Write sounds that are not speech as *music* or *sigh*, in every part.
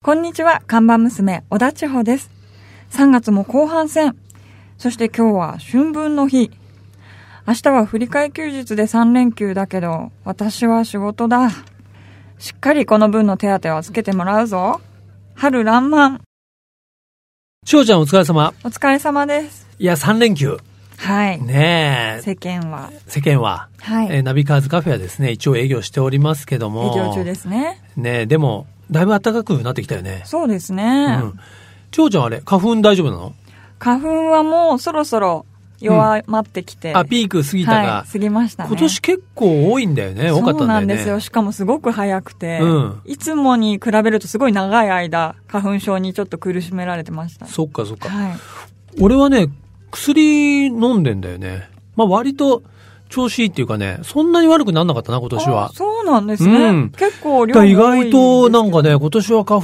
こんにちは、看板娘、小田千穂です。3月も後半戦。そして今日は春分の日。明日は振り替え休日で3連休だけど、私は仕事だ。しっかりこの分の手当はつけてもらうぞ。春爛漫、しおちゃんお疲れ様。お疲れ様です。いや、3連休。はい。ねえ、世間は。世間は。はい。えーナビカーズカフェはですね、一応営業しておりますけど営も。業中ですね。ねえ、でも、だいぶ暖かくなってきたよね。そうですね。うん。しおちゃんあれ、花粉大丈夫なの、花粉はもうそろそろ弱まってきて。あ、ピーク過ぎたが、はい、過ぎましたね。今年結構多いんだよね。多かったんだよね。そうなんですよ。しかもすごく早くて、うんいつもに比べるとすごい長い間、花粉症にちょっと苦しめられてました。そっかそっか。はい。俺はね、薬飲んでんだよね。まあ割と調子いいっていうかね、そんなに悪くなんなかったな、今年はあ。そうなんですね。うん結構だ量かが多らい意んです外となんかね、今年は花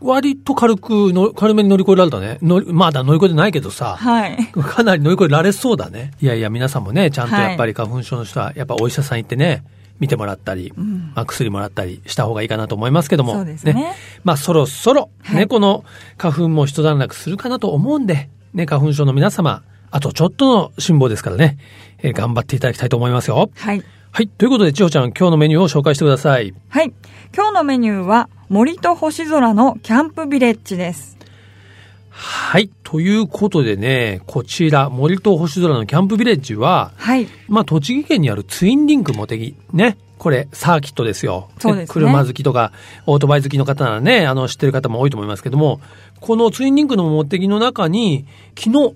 粉、割と軽くの、軽めに乗り越えられたね。のまだ乗り越えてないけどさ、はい。かなり乗り越えられそうだね。いやいや、皆さんもね、ちゃんとはいやっぱり花粉症の人は、やっぱお医者さん行ってね、見てもらったり、うんまあ、薬もらったりした方がいいかなと思いますけども。そうですねまあそろそろ、はね、いこの花粉も一段落するかなと思うんで、ね、花粉症の皆様、あとちょっとの辛抱ですからね、えー頑張っていただきたいと思いますよ。はい。はい。ということで、千穂ちゃん、今日のメニューを紹介してください。はい。今日のメニューは、森と星空のキャンプビレッジです。はい。ということでね、こちら、森と星空のキャンプビレッジは、はい。まあ、栃木県にあるツインリンクモテギ。ね。これ、サーキットですよ。そうですね車好きとか、オートバイ好きの方ならね、あの、知ってる方も多いと思いますけども、このツインリンクのモテギの中に、昨日、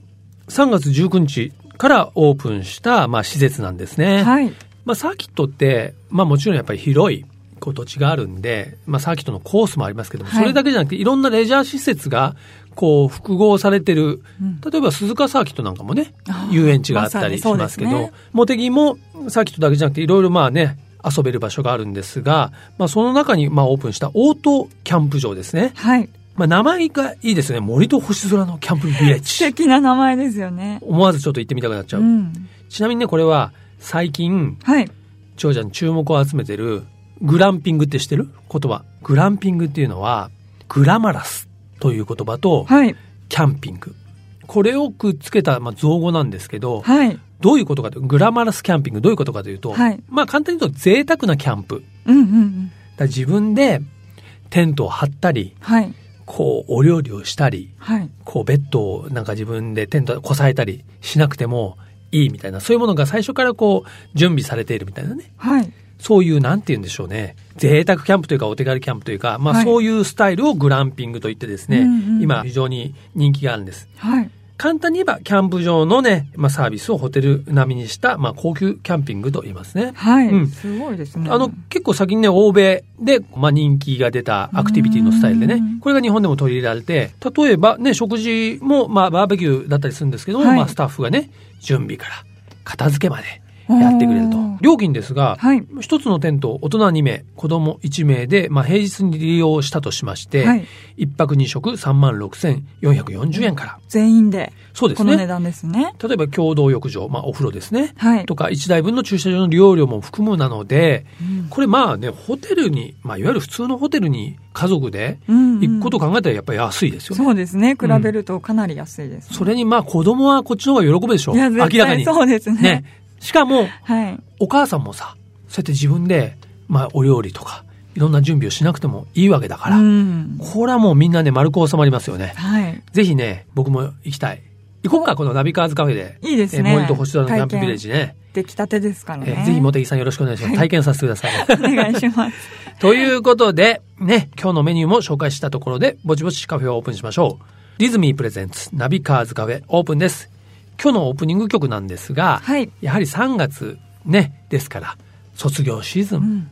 3月19日からオープンした、まあ、施設なんですね。はい。まあ、サーキットって、まあ、もちろんやっぱり広いこう土地があるんで、まあ、サーキットのコースもありますけども、はいそれだけじゃなくていろんなレジャー施設がこう複合されてるうん例えば鈴鹿サーキットなんかもねあー遊園地があったりしますけまさにそうどで茂木、もサーキットだけじゃなくていろいろまあね遊べる場所があるんですが、まあ、その中にまあオープンしたオートキャンプ場ですね、はい。まあ、名前がいいですね森と星空のキャンプビレッ素ジ敵な名前ですよね。思わずちょっと行ってみたくなっちゃう、ん。ちなみにねこれは最近はい。長者に注目を集めてるグランピングって知ってる言葉グランピングっていうのはグラマラスという言葉とはい。キャンピングこれをくっつけた、まあ、造語なんですけどはい。どういうことかというグラマラスキャンピングどういうことかというと、はいまあ簡単に言うと贅沢なキャンプだかうんうんうん。ら自分でテントを張ったりはい。こうお料理をしたりはい。こうベッドをなんか自分でテントでこさえたりしなくてもいいみたいなそういうものが最初からこう準備されているみたいなねはい。そういう、なんて言うんでしょうね。贅沢キャンプというか、お手軽キャンプというか、まはあいそういうスタイルをグランピングと言ってですね、うんうん今非常に人気があるんです。はい。簡単に言えば、キャンプ場のね、まあサービスをホテル並みにした、まあ高級キャンピングと言いますね。はい。うんすごいですね。あの、結構先にね、欧米で、まあ、人気が出たアクティビティのスタイルでうねん、これが日本でも取り入れられて、例えばね、食事も、まあ、バーベキューだったりするんですけども、はいまあ、スタッフがね、準備から片付けまでやってくれるとおー。料金ですが、はい。一つのテントを大人2名、子供1名で、まあ、平日に利用したとしまして、はい。一泊二食3万6440円から。全員で、そうでこすの値ね。段ですね。例えば共同浴場、まあ、お風呂ですね。はい。とか、1台分の駐車場の利用料も含むなので、うんこれまあね、ホテルに、まあ、いわゆる普通のホテルに家族でうんうん行くことを考えたらやっぱり安いですよね。そうですね。比べるとかなり安いです。それにまあ子供はこっちの方が喜ぶでしょう。いや、明絶らか対に。そうですね。ね。しかも、はい。お母さんもさそうやって自分で、まあ、お料理とかいろんな準備をしなくてもいいわけだから、うん。これはもうみんなね丸く収まりますよねはい。ぜひね僕も行きたい行こうかこのナビカーズカフェでいいですえね。森と星空のキャンプビレッジね、出来たてですからえね。ぜひ茂木さんよろしくお願いします、はい体験させてくだ *laughs* さいお願いし *laughs* ます。ということでね今日のメニューも紹介したところでぼちぼちカフェをオープンしましょうディズミープレゼンツナビカーズカフェオープンです今日のオープニング曲なんですが、はい。やはり3月ねですから卒業シーズン、うん。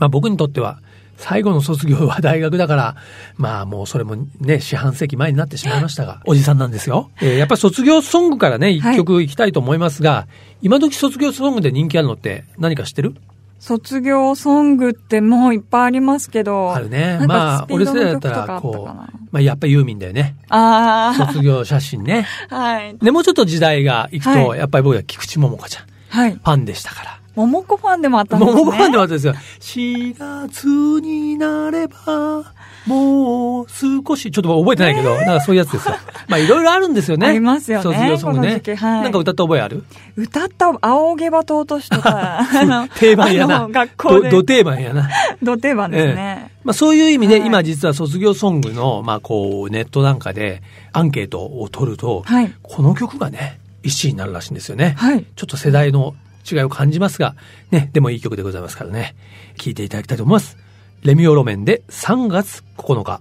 まあ僕にとっては、最後の卒業は大学だから、まあもうそれもね、四半世紀前になってしまいましたが、おじさんなんですよ。えーやっぱり卒業ソングからね、一曲いきたいと思いますが、今時卒業ソングで人気あるのって何か知ってる卒業ソングってもういっぱいありますけど。あるなねん。まかあス、ピー俺ド世代だのっ曲とたかあったら、こかうな、。まあやっぱユーミンだよね。あ卒業写 *laughs* 真ね。あ。はい。で、もうちょっと時代が行くと、はいやっぱり僕は菊池桃子ちゃん、フはい。ァンでしたから。桃子ファンでもあったんですね。桃子ファンではあったんですよ。4月になれば、もう少し、ちょっと覚えてないけど、なんかそういうや *laughs* つですよ。まあいろいろあるんですよね。ありますよね卒業ソングこのね時期。はいなんか歌った覚えある歌った青毛羽と落としとか、あの *laughs* 定番やあな。の学校で。どど定番やな。ど定番ですね。まあそういう意味で、はい今実は卒業ソングの、まあこう、ネットなんかでアンケートを取ると、はいこの曲がね、1位になるらしいんですよね。はいちょっと世代の違いを感じますが、ね、でもいい曲でございますからね、聴いていただきたいと思います。レミオロメンで3月9日。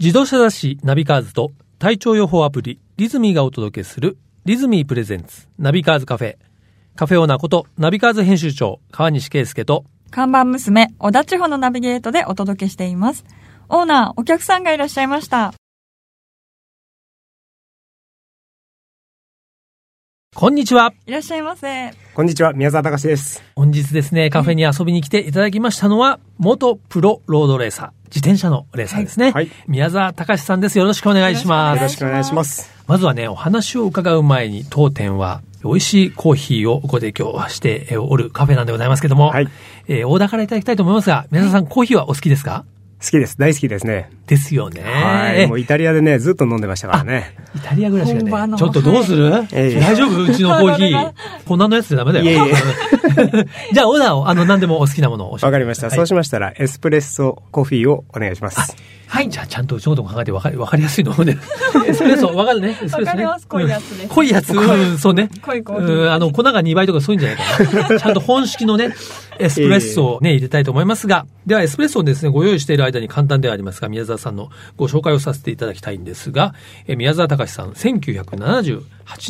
自動車雑誌ナビカーズと体調予報アプリリズミーがお届けするリズミープレゼンツナビカーズカフェ。カフェオーナーことナビカーズ編集長川西圭介と看板娘、小田地方のナビゲートでお届けしています。オーナー、お客さんがいらっしゃいました。こんにちは。いらっしゃいませ。こんにちは、宮沢隆です。本日ですね、カフェに遊びに来ていただきましたのは、元プロロードレーサー、自転車のレーサーですね。はいはい宮沢隆さんです。よろしくお願いしまよよろろしす。しくくおお願願いいししまます。まずはね、お話を伺う前に、当店は、美味しいコーヒーをご提供しておるカフェなんでございますけども、はいえー、オーダーからいただきたいと思いますが、宮沢さん、コーヒーはお好きですか好きです。大好きですね。ですよね。はい。もうイタリアでね、ずっと飲んでましたからね。イタリア暮らし本が場ね、のちょっとどうする、ええ大丈夫うちのコーヒ *laughs* お願いー。こんなのやつでダメだよ。いえい *laughs* じゃあ、オーダーを、あの、何でもお好きなものを教えてわかりました。はいそうしましたら、エスプレッソコーヒーをお願いします。はい。じゃあ、ちゃんとうちのことも考えて分かり、わかりやすいのを *laughs* ね。エスプレッソ、分か *laughs* るね。エスプレッソねわかります濃いやつですうん濃いやつ、うん、そうね。濃いコーヒーうん、あの、粉が2倍とかそういうんじゃないか *laughs* な。ちゃんと本式のね、エスプレッソをね、入れたいと思いますが、では、エスプレッソをですね、ご用意している間に簡単ではありますが、宮沢さんのご紹介をさせていただきたいんですが、え宮沢隆さん、1978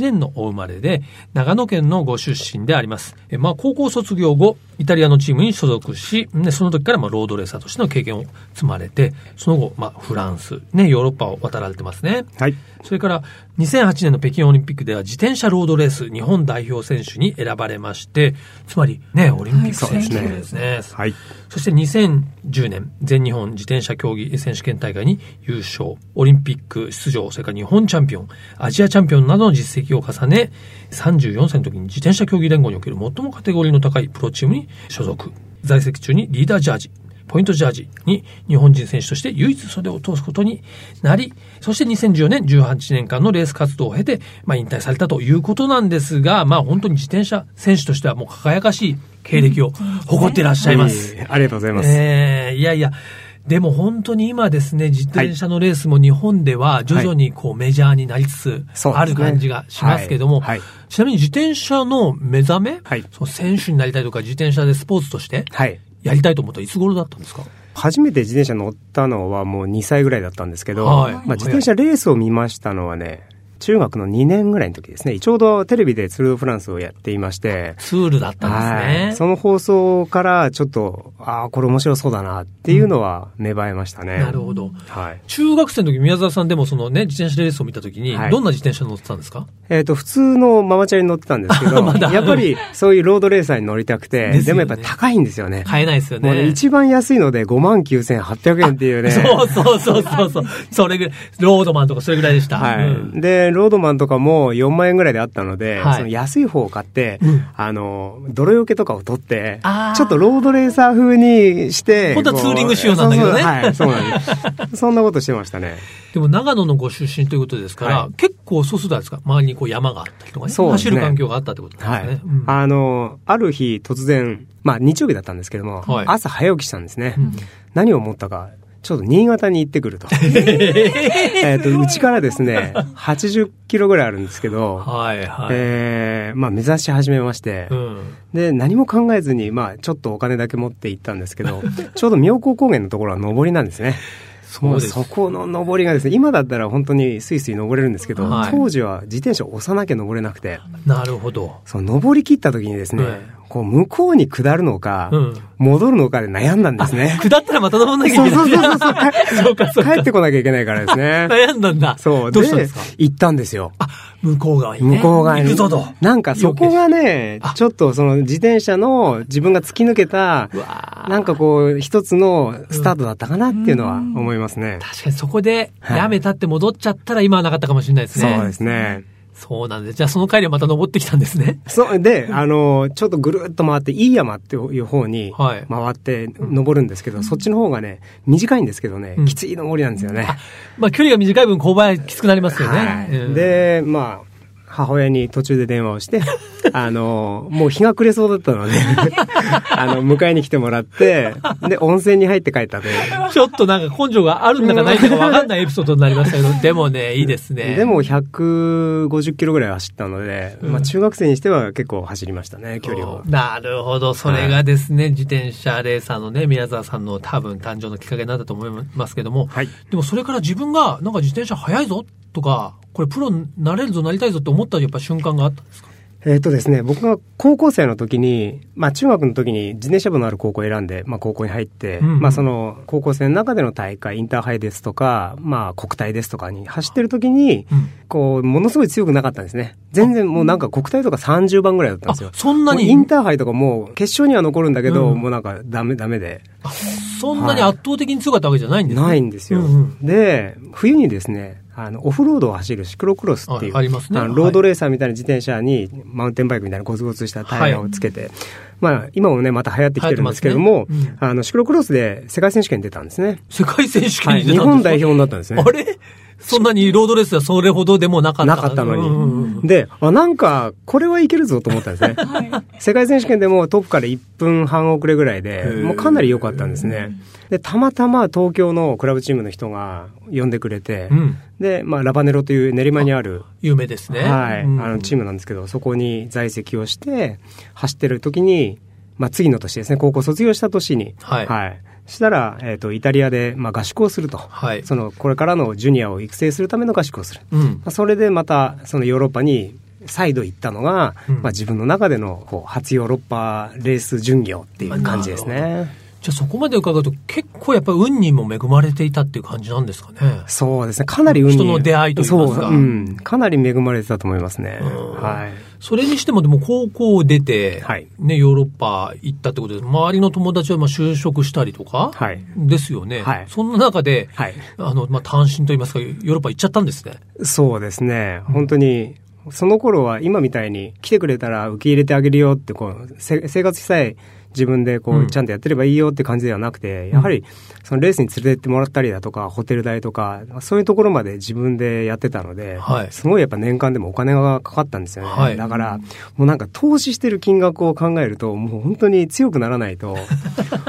年のお生まれで、長野県のご出身であります。えまあ、高校卒業後、イタリアのチームに所属し、ね、その時からまあロードレーサーとしての経験を積まれて、その後、まあ、フランス、ね、ヨーロッパを渡られてますね。はい。それから2008年の北京オリンピックでは自転車ロードレース日本代表選手に選ばれまして、つまりね、オリンピック選手はいですね。はい。そして2010年全日本自転車競技選手権大会に優勝、オリンピック出場、それから日本チャンピオン、アジアチャンピオンなどの実績を重ね、34歳の時に自転車競技連合における最もカテゴリーの高いプロチームに所属。在籍中にリーダージャージ、ポイントジャージに日本人選手として唯一袖を通すことになり、そして2014年18年間のレース活動を経て、まあ、引退されたということなんですが、まあ本当に自転車選手としてはもう輝かしい経歴を誇っていらっしゃいます。えーありがとうございます。ええいやいや、でも本当に今ですね、自転車のレースも日本では徐々にこうメジャーになりつつそうですねある感じがしますけども、はいはいちなみに自転車の目覚め、はいその選手になりたいとか自転車でスポーツとしてはい。やりたいと思ったらいつ頃だったんですか初めて自転車乗ったのはもう2歳ぐらいだったんですけど、はいまあ、自転車レースを見ましたのはね、中学の2年ぐらいの時ですね。ちょうどテレビでツール・ド・フランスをやっていまして、ツールだったんはでいすそね。の放送からちょっと、ああ、これ面白そうだなっていうのは芽生えましたね。なるほど。はい。中学生の時宮沢さんでもそのね、自転車レースを見た時に、はいどんな自転車に乗ってたんですかえっ、と、普通のママチャリに乗ってたんですけど、 *laughs* まだやっぱりそういうロードレーサーに乗りたくて、でですよねもやっぱ高いんですよね。買えないですよもうね、ね。一番安いので59,800円っていうね。そうそうそうそうそう。それぐらい、ロードマンとかそれぐらいでした。はい、うんで、ロードマンとかも4万円ぐらいであったので、はいその安い方を買って、うんあの、泥よけとかを取ってあー、ちょっとロードレーサー風にして、本当はこうツーリング仕様なんだけどねそうそうはい、そうなんです。そんなことしてましたね。でも長野のご出身ということですから、は結構そうするとあれですか、周りにこう山があったりとかね、そうです走ねる環境があったってことですね。はい、うんあの、ある日突然、まあ日曜日だったんですけども、はい朝早起きしたんですね。うん何を思ったか、ちょっと新潟に行ってく *laughs* ると。えっと、うちからですね、80キロぐらいあるんですけど、はいはい。えーまあ目指し始めまして、うん、で、何も考えずに、まあちょっとお金だけ持って行ったんですけ *laughs* ど、ちょうど妙高高原のところは登りなんですね。そもううです。そこの登りがですね、今だったら本当にスイスイ登れるんですけど、はい当時は自転車を押さなきゃ登れなくて、なるほど。その登り切った時にですね、えこう向こうに下るのか、うん戻るのかで悩んだんですね。下ったらまた登んなきゃいけない。 *laughs* そうそうそうそうそうかそうか *laughs* 帰ってこなきゃいけないからですね。悩んだんだ。そう。どうしたんですか行ったんですよ。あ、向こう側に、ね。向こう側に。行くぞと。なんかそこがねあ、ちょっとその自転車の自分が突き抜けたう、わーなんかこう、一つのスタートだったかなっていうのは思いますね。確かにそこで、やめたって戻っちゃったら今はなかったかもしれないですね。そうですね。そうなんです。じゃあその帰りはまた登ってきたんですね。そう、で、あの、ちょっとぐるっと回って、いい山っていう方にはい回って登るんですけど、そっちの方がね、短いんですけどね、うんきつい登りなんですよね。まあ距離が短い分勾配きつくなりますよね。はいうん、で、まあ、母親に途中で電話 *laughs* をして、あの、もう日が暮れそうだったので、あの、迎えに来てもらって、で、温泉に入って帰ったという。ちょっとなんか根性があるんだかないんだかわかんないエピソードになりましたけど、でもね、いいですね。でも150キロぐらい走ったので、うんまあ中学生にしては結構走りましたね、距離を。なるほど。それがですね、自転車レーサーのね、宮沢さんの多分誕生のきっかけになったと思いますけども、はい。でもそれから自分が、なんか自転車速いぞとか、これプロになれるぞ、なりたいぞって思ったやっぱ瞬間があったんですかえっとですね、僕が高校生の時に、まあ中学の時に自転車部のある高校を選んで、まあ高校に入って、うんまあその高校生の中での大会、インターハイですとか、まあ国体ですとかに走ってる時に、うん。こう、ものすごい強くなかったんですね。全然もうなんか国体とか30番ぐらいだったんあですよ、。そんなもうに、インターハイとかもう決勝には残るんだけど、うんもうなんかダメダメで、あそんなに圧倒的に強かったわけじゃないんですね。ないんですよ。うんうんで、冬にですね、あの、オフロードを走るシクロクロスっていう、あありますねのロードレーサーみたいな自転車に、マウンテンバイクみたいなゴツゴツしたタイヤをつけて、まあ、今もね、また流行ってきてるんですけども、流行ってますねあの、シクロクロスで世界選手権に出たんですね。世界選手権はにい、出日たんです本か代表になったんですね。あれそんなにロードレースはそれほどでもなかった。なかったのにうんうんうんで、あ、なんか、これはいけるぞと思ったんですね。世界選手権でもトップから1分半遅れぐらいで、ーもうかなり良かったんですね。で、たまたま東京のクラブチームの人が呼んでくれて、うん。で、まあ、ラバネロという練馬にある、有名ですね。はい、うんあのチームなんですけど、そこに在籍をして、走ってる時に、まあ、次の年ですね、高校卒業した年に、はいしたら、えっ、と、イタリアで、まあ、合宿をすると。はい。その、これからのジュニアを育成するための合宿をする。うんま。あそれでまたそのヨーロッパに再度行ったのが、うんまあ、自分の中でのこう初ヨーロッパレース巡業っていう感じですなね。じゃあそこまで伺うと結構やっぱ運にも恵まれていたっていう感じなんですかね。そうですね。かなり運に人の出会いといいますかそう、うん。かなり恵まれてたと思いますね。うんはい。それにしてもでも高校を出て、はいね、ヨーロッパ行ったってことです。周りの友達はまあ就職したりとか、はい。ですよね。はいそんな中で、はい。あの、まあ、単身といいますか、ヨーロッパ行っちゃったんですね。そうですね。本当に、その頃は今みたいに来てくれたら受け入れてあげるよって、こう、せ生活費さえ自分でこうんう、ちゃんとやってればいいよって感じではなくて、やはり、そのレースに連れてってもらったりだとか、ホテル代とか、そういうところまで自分でやってたので、はいすごいやっぱ年間でもお金がかかったんですよね。はいだから、もうなんか投資してる金額を考えると、もう本当に強くならない *laughs* と、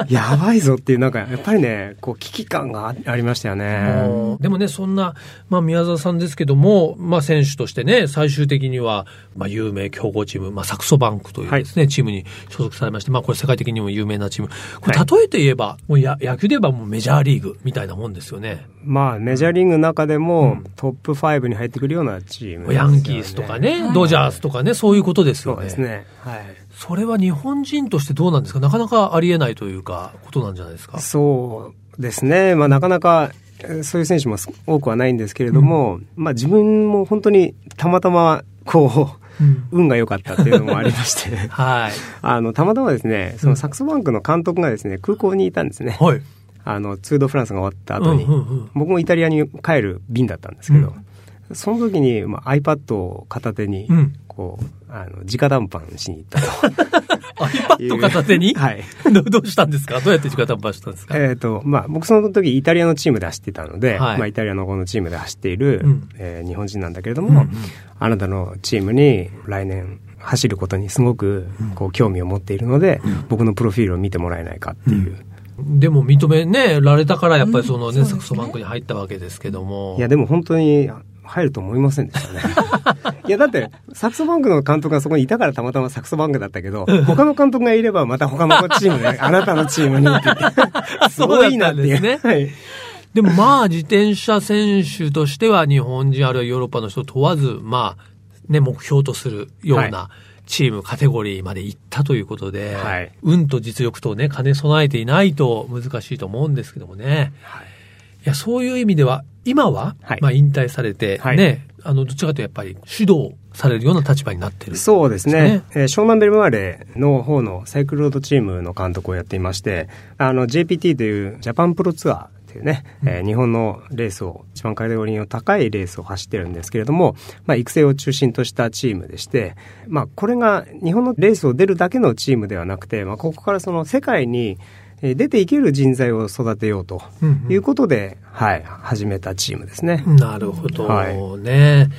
やばいぞっていう、なんかやっぱりね、こう、危機感があありましたよね。でもね、そんな、まあ、宮沢さんですけども、まあ、選手としてね、最終的には、まあ、有名強豪チーム、まあ、サクソバンクというですね、チームに所属されまして、まあ、これ世界的にも有名なチーム。これ、は例えて言えば、もうや野球で言えばもうメジャーリーグみたいなもんですよね。まあ、メジャーリーグの中でも、トップ5に入ってくるようなチームですヤよね、ンキースとかね、ドジャースとかね、そういうことですそようでね。すね。はい。それは日本人としてどうなんですかなかなかありえないというか、ことなんじゃないですかそうですね。まあ、なかなか、えーそういう選手もす多くはないんですけれども、まあ、自分も本当にたまたま、こう、 *laughs* うん、運が良かったっていうのもありまして *laughs* はい。あの、たまたまですね、そのサクソバンクの監督がですね、空港にいたんですね。はい。あの、ツールドフランスが終わった後に。うんうんうん僕もイタリアに帰る便だったんですけど、うんその時に、まあ、iPad を片手にうん、こう、あの、直談判しに行ったと。 iPad 片手に、 *laughs* はい。 *laughs* どどうしたんですかどうやって時間短パしたんですか、えっ、と、まあ、僕その時イタリアのチームで走ってたので、はいまあ、イタリアのこのチームで走っている、うんえー日本人なんだけれどうんも、うんあなたのチームに来年走ることにすごく、こう、興味を持っているので、僕のプロフィールを見てもらえないかっていう。でも認めね、られたからやっぱりそのね、うんサクソバンクに入ったわけですけども。いや、でも本当に入ると思いませんでしたね。 *laughs* いや、だって、サクソバンクの監督がそこにいたからたまたまサクソバンクだったけど、他の監督がいればまた他のチームで、あなたのチームにって言っ *laughs* て、すごいなっていう。そうだったんですねはい。でもまあ、自転車選手としては日本人あるいはヨーロッパの人問わず、まあ、ね、目標とするようなチーム、カテゴリーまで行ったということで、はい運と実力とね、兼ね備えていないと難しいと思うんですけどもね。はいいや、そういう意味では、今は、はいまあ引退されて、はいね、あの、どちらかというとやっぱり指導されるような立場になってる。そうですですね。えー湘南ベルマーレの方のサイクルロードチームの監督をやっていまして、あの JPT というジャパンプロツアーというね、えー日本のレースを、一番カテゴリーの高いレースを走ってるんですけれども、まあ、育成を中心としたチームでして、まあ、これが日本のレースを出るだけのチームではなくて、まあ、ここからその世界にえー出ていける人材を育てようとうんうんいうことで、はい、始めたチームですね。なるほど、はね。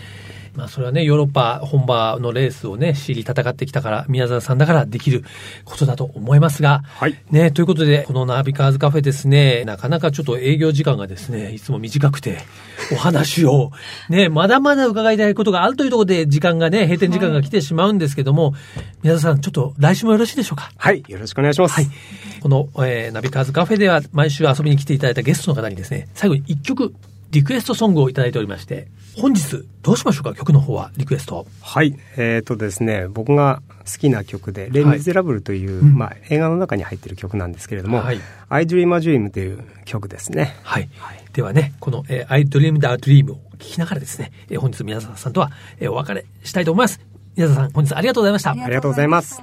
まあそれはね、ヨーロッパ本場のレースをね、知り戦ってきたから、宮沢さんだからできることだと思いますが、はい。ね、ということで、このナビカーズカフェですね、なかなかちょっと営業時間がですね、いつも短くて、お話を、ね、まだまだ伺いたいことがあるというところで、時間がね、閉店時間が来てしまうんですけども、宮沢さん、ちょっと来週もよろしいでしょうかはい、よろしくお願いします。はい。この、えーナビカーズカフェでは毎週遊びに来ていただいたゲストの方にですね、最後に一曲、リクエストソングをいただいておりまして、本日、どうしましょうか曲の方は、リクエスト。はい。えっ、とですね、僕が好きな曲で、レ・ミゼラブルというう、んまあ、映画の中に入ってる曲なんですけれども、はい I Dream a Dream という曲ですね。はい。ではね、この、えー I Dreamed a Dream を聞きながらですね、えー本日宮沢さんとは、えーお別れしたいと思います。宮沢さん、本日ありがとうございました。ありがとうございます。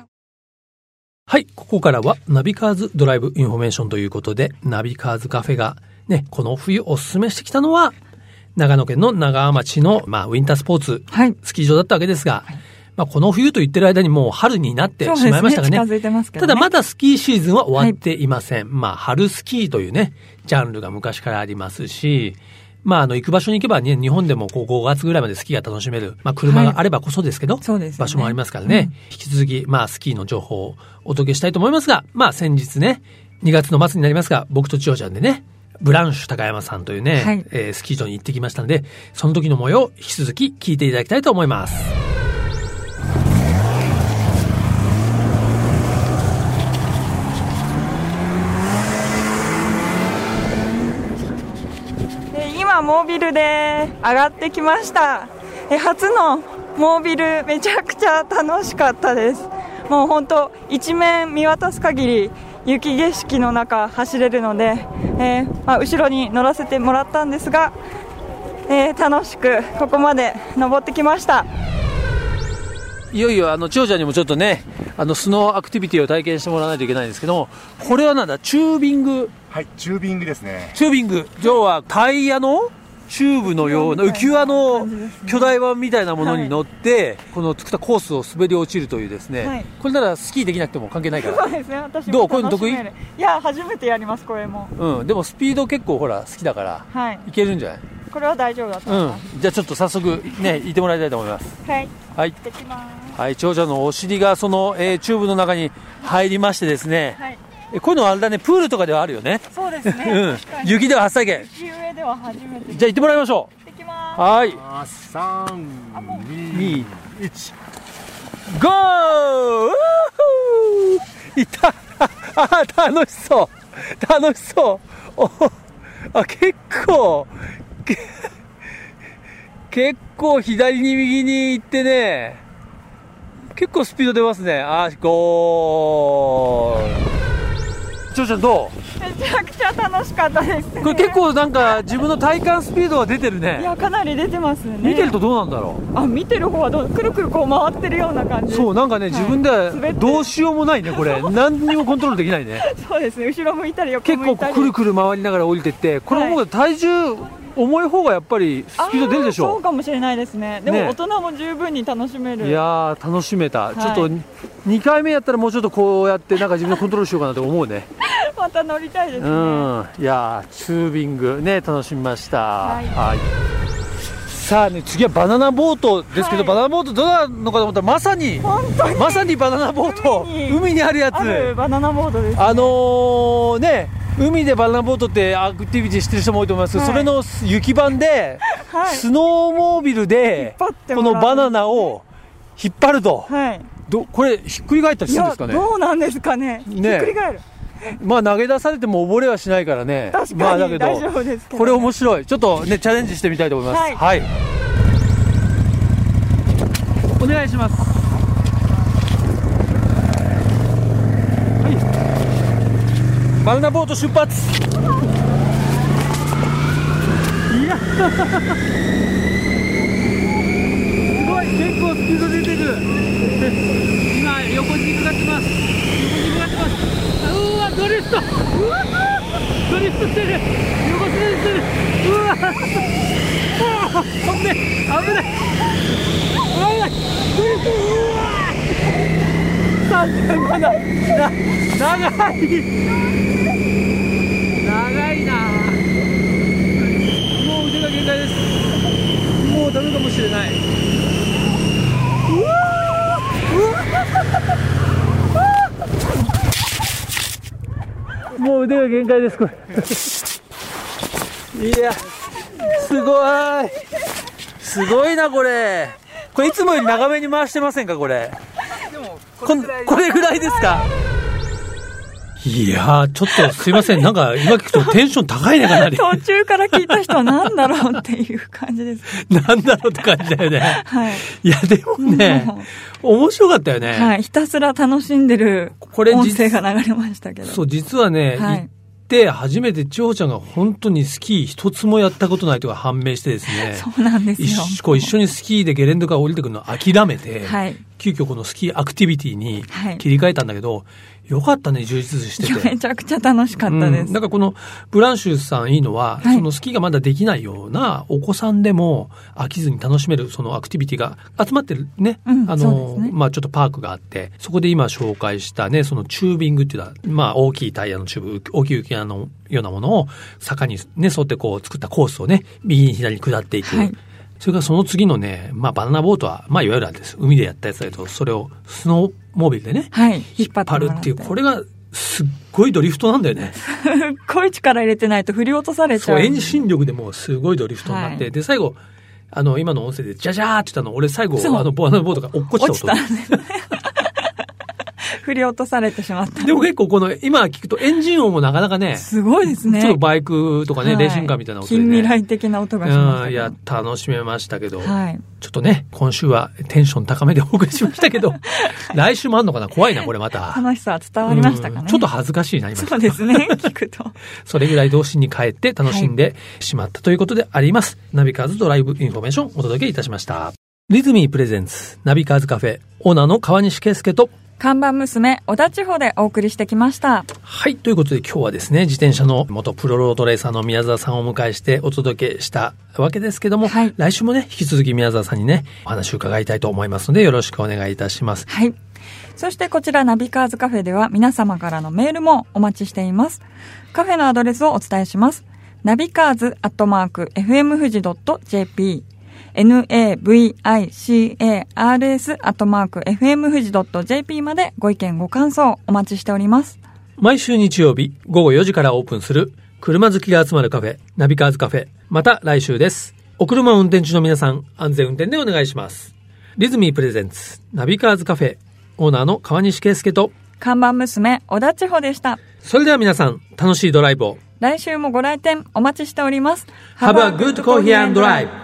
はい、ここからはナビカーズドライブインフォメーションということで、ナビカーズカフェがね、この冬おすすめしてきたのは、長野県の長浜町の、まあ、ウィンタースポーツ、はいスキー場だったわけですが、まあ、この冬と言ってる間にもう春になってそうですしねまいましたがね。近づいてますけどたねだまだスキーシーズンは終わっていません。まあ、春スキーというね、ジャンルが昔からありますし、まあ、あの、行く場所に行けばね、日本でもこう5月ぐらいまでスキーが楽しめる、まあ、車があればこそですけど、そうですよね場所もありますからね。引き続き、まあ、スキーの情報をお届けしたいと思いますが、まあ、先日ね、2月の末になりますが、僕と千代ちゃんでね、ブランシュ高山さんというね、はいえースキー場に行ってきましたので、その時の模様を引き続き聞いていただきたいと思います。えー今モービルで上がってきましたえー初のモービルめちゃくちゃ楽しかったですもう本当一面見渡す限り雪景色の中走れるので、えーまあ、後ろに乗らせてもらったんですが、えー楽しくここまで登ってきましたいよいよあの千代ちゃんにもちょっとねあのスノーアクティビティを体験してもらわないといけないんですけどもこれはなんだチュービングはい、チュービングですね。チュービング要はタイヤのチューブのような浮き輪の巨大版みたいなものに乗って、この作ったコースを滑り落ちるというですね、はいこれならスキーできなくても関係ないかそ *laughs* らう、ですね私どうもこういうの楽し得め意るいや初めてやりますこれもうん、でもスピード結構ほら好きだからはいいけるんじゃないこれは大丈夫だと思います、うんじゃあちょっと早速ね行ってもらいたいと思いますはい行はいってきますはい長女のお尻がその、えーチューブの中に入りましてですね、はいえこういうのはあれだねプールとかではあるよねそうですね、うん確か、に雪では初体験雪上では初めてじゃあ行ってもらいましょ行ってきまうはいあ、三、二、 2一。ゴーうーいったあ楽しそう楽しそうおあ結構け結構左に右に行ってね結構スピード出ますねあゴーちょちゃんどすめちゃくちゃ楽しかったです、ね、うこれ結構なんか自分の体感スピードが出てるいねやかなり出てますね見てるとどうなんだろうあ見てる方はどうくるくるこう回ってるような感じそうなんかね、自分で滑ってはどうしようもないねこ *laughs* れ何にもコントロールできないねそうですね後ろ向いたり横結向構いたりくるくる回りながら降りてってこれはいもう体重重い方がやっぱりスピード出るでしあーそょうかもしれないですねでもね大人も十分に楽しめる、いやー楽しめた、いちょっと2回目やったらもうちょっとこうやってなんか自分でコントロールしようかなと思うねまた乗りたいですうんね、いやーチュービングね楽しみましたははいいさあね次はバナナボートですけはいど、バナナボートどうなのかと思ったらまさに本当に *laughs* まさにバナナボート海に海にあるやつあるバナナボードですあのーね、海でバナナボートってアクティビティしてる人も多いと思いますけど、はいそれの雪版で、はいスノーモービルで、引っ張ってこもらうのバナナを引っ張ると、はいどこれ、ひっくり返ったりいするんやですかね、どうなんですかねねひっくり返るまあ、投げ出されても溺れはしないからね、確かに、まあ、だけど、大丈夫ですけどこれ面白い、ちょっとね、チャレンジしてみたいと思います。はいはい、お願いしますはいバナナボート出発いや *laughs* すごい結構スピード出てる *laughs* 今横に向かってます横に向かってますうわドリフトうわ *laughs* ドリフトしてる横滑りしてるうわ *laughs* ああ飛んで危ない危ないドリフトうわ3点まだな長い長いなもう腕が限界ですもうダメかもしれないうわもう腕が限界です、これ。いや、すごい。すごいな、これ。これ、いつもより長めに回してませんか、これ。こんこれぐらいですか。いやー、ちょっとすいません。なんか、今聞くとテンション高いね、 *laughs* かなり。途中から聞いた人は何だろうっていう感じです。なんだろうって感じだよね。はい。いや、でもね、面白かったよね。はい。ひたすら楽しんでるこれ音声実が流れましたけど。そう、実はね、はい行って初めて千穂ちゃんが本当にスキー一つもやったことないというか判明してですね。そうなんですよ一緒こう一緒にスキーでゲレンデから降りてくるのを諦めて、はい急遽このスキーアクティビティにはい切り替えたんだけど、よかったね、充実していやめて。ちゃくちゃ楽しかったです。うん、なんかこのブランシュさんいいのは、はいそのスキーがまだできないようなお子さんでも飽きずに楽しめるそのアクティビティが集まってるね、うんあそうの、ですねまあちょっとパークがあって、そこで今紹介したね、そのチュービングっていうのは、まあ大きいタイヤのチューブ、大きい浮き輪のようなものを坂にね、沿ってこう作ったコースをね、右に左に下っていく。はいそれからその次のね、まあバナナボートは、まあいわゆるあれです。海でやったやつだけど、それをスノーモービルでね、はい。引っ張ってパもルらっていう、これがすっごいドリフトなんだよね。すっごい力入れてないと振り落とされちゃ。そうう、遠心力でもうすごいドリフトになって、はいで、最後、あの、今の音声で、じゃじゃーって言ったの、俺最後、そうあの、ボアナボードが落っこちた落ちた音。んですね。振り落とされてしまった。でも結構この、今聞くとエンジン音もなかなかね、すごいですね。ちょっとバイクとかね、はいレーシングカーみたいな音でね。近未来的な音がしましたうけん、いどや、楽しめましたけど、はい。ちょっとね、今週はテンション高めでお送りしました *laughs* けど、来週もあんのかな怖いな、これまた。楽しさは伝わりましたかうんね。ちょっと恥ずかしいな、今。そうですね。聞くと。それぐらい童心に帰って楽しんでしまったということであります。ナビカーズドライブインフォメーションお届けいたしました。リズミープレゼンツナビカーズカフェオーナーの川西圭介と *laughs* 看板娘、小田地方でお送りしてきました。はい。ということで今日はですね、自転車の元プロロードレーサーの宮沢さんをお迎えしてお届けしたわけですけども、はい来週もね、引き続き宮沢さんにね、お話を伺いたいと思いますので、よろしくお願いいたします。はい。そしてこちらナビカーズカフェでは皆様からのメールもお待ちしています。カフェのアドレスをお伝えします。ナビカーズアットマーク FM 富士 .jp navicars アットマーク FM 富士 .jp までご意見ご感想お待ちしております。毎週日曜日午後4時からオープンする車好きが集まるカフェ、ナビカーズカフェ。また来週です。お車を運転中の皆さん、安全運転でお願いします。リズミープレゼンツ、ナビカーズカフェ、オーナーの川西圭介と、看板娘、小田千穂でした。それでは皆さん、楽しいドライブを。来週もご来店お待ちしております。 Have a good coffee and drive!